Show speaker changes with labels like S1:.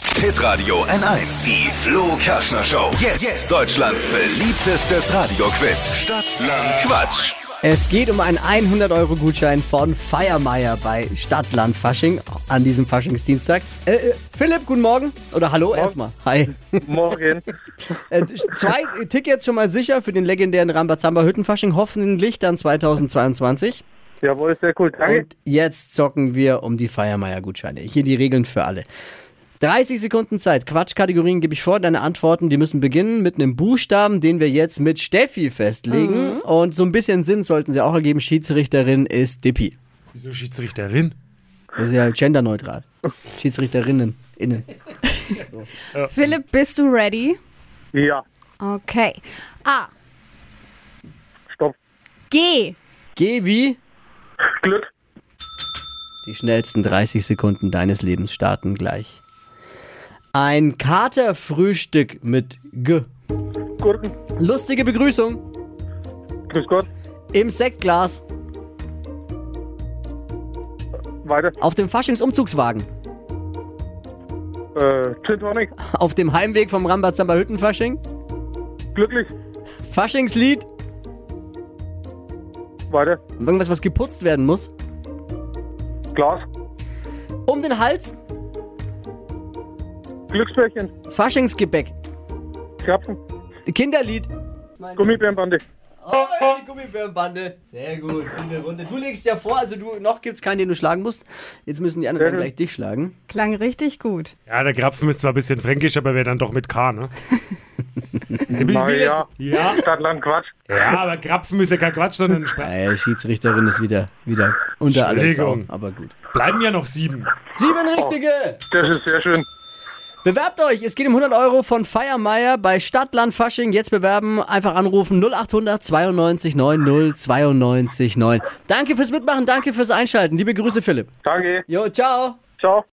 S1: Hitradio N1. Die Flo Kaschner Show. Jetzt. Deutschlands beliebtestes Radioquiz. Stadt, Land, Quatsch.
S2: Es geht um einen 100-Euro-Gutschein von Feiermeier bei Stadtland Fasching an diesem Faschingsdienstag. Äh, äh, Philipp, guten Morgen. Oder hallo erstmal. Hi.
S3: Morgen.
S2: Äh, zwei Tickets schon mal sicher für den legendären Rambazamba Hüttenfasching, hoffentlich dann 2022.
S3: Jawohl, sehr cool. Danke.
S2: Und jetzt zocken wir um die Feiermeier-Gutscheine. Hier die Regeln für alle. 30 Sekunden Zeit. Quatschkategorien gebe ich vor. Deine Antworten, die müssen beginnen mit einem Buchstaben, den wir jetzt mit Steffi festlegen. Und so ein bisschen Sinn sollten sie auch ergeben. Schiedsrichterin ist Dippi.
S4: Wieso Schiedsrichterin?
S2: Das ist ja genderneutral. Schiedsrichterinnen. Innen.
S5: Philipp, bist du ready?
S3: Ja,
S5: Okay. A.
S3: stopp.
S5: G.
S2: Geh wie?
S3: Glück.
S2: Die schnellsten 30 Sekunden deines Lebens starten gleich. Ein Katerfrühstück mit G.
S3: Gurken.
S2: Lustige Begrüßung.
S3: Grüß Gott.
S2: Im Sektglas.
S3: Weiter.
S2: Auf dem Faschingsumzugswagen.
S3: Äh, Gin Tonic.
S2: Auf dem Heimweg vom Rambazamba Hüttenfasching.
S3: Glücklich.
S2: Faschingslied.
S3: Weiter.
S2: Irgendwas, was geputzt werden muss.
S3: Glas.
S2: Um den Hals.
S3: Glücksbärchen.
S2: Faschingsgebäck.
S3: Krapfen.
S2: Kinderlied.
S3: Gummibärenbande.
S2: Oh, die Gummibärenbande. Sehr gut, runde Runde. Du legst ja vor, also du noch gibt's keinen, den du schlagen musst. Jetzt müssen die anderen
S3: Sehr
S2: gleich dich schlagen.
S5: Klang richtig gut.
S4: Ja, der Krapfen ist zwar ein bisschen fränkisch, aber wäre dann doch mit K, ne? ich will
S3: Na ja.
S4: ja.
S3: Stadt, Land, Quatsch.
S4: ja, aber Krapfen ist ja kein Quatsch, sondern Spre
S2: Ey, Äh, Schiedsrichterin ist wieder, wieder unter alles. Sau,
S4: Entschuldigung.
S2: aber gut.
S4: Bleiben ja noch sieben.
S2: Sieben Richtige!
S3: Das ist sehr schön.
S2: Bewerbt euch! Es geht um 100 Euro von Feiermeier bei Stadtland Fasching. Jetzt bewerben, einfach anrufen 0800 92 90 92 9. Danke fürs Mitmachen, danke fürs Einschalten. Liebe Grüße, Philipp.
S3: Danke.
S2: Jo, ciao!
S3: Ciao.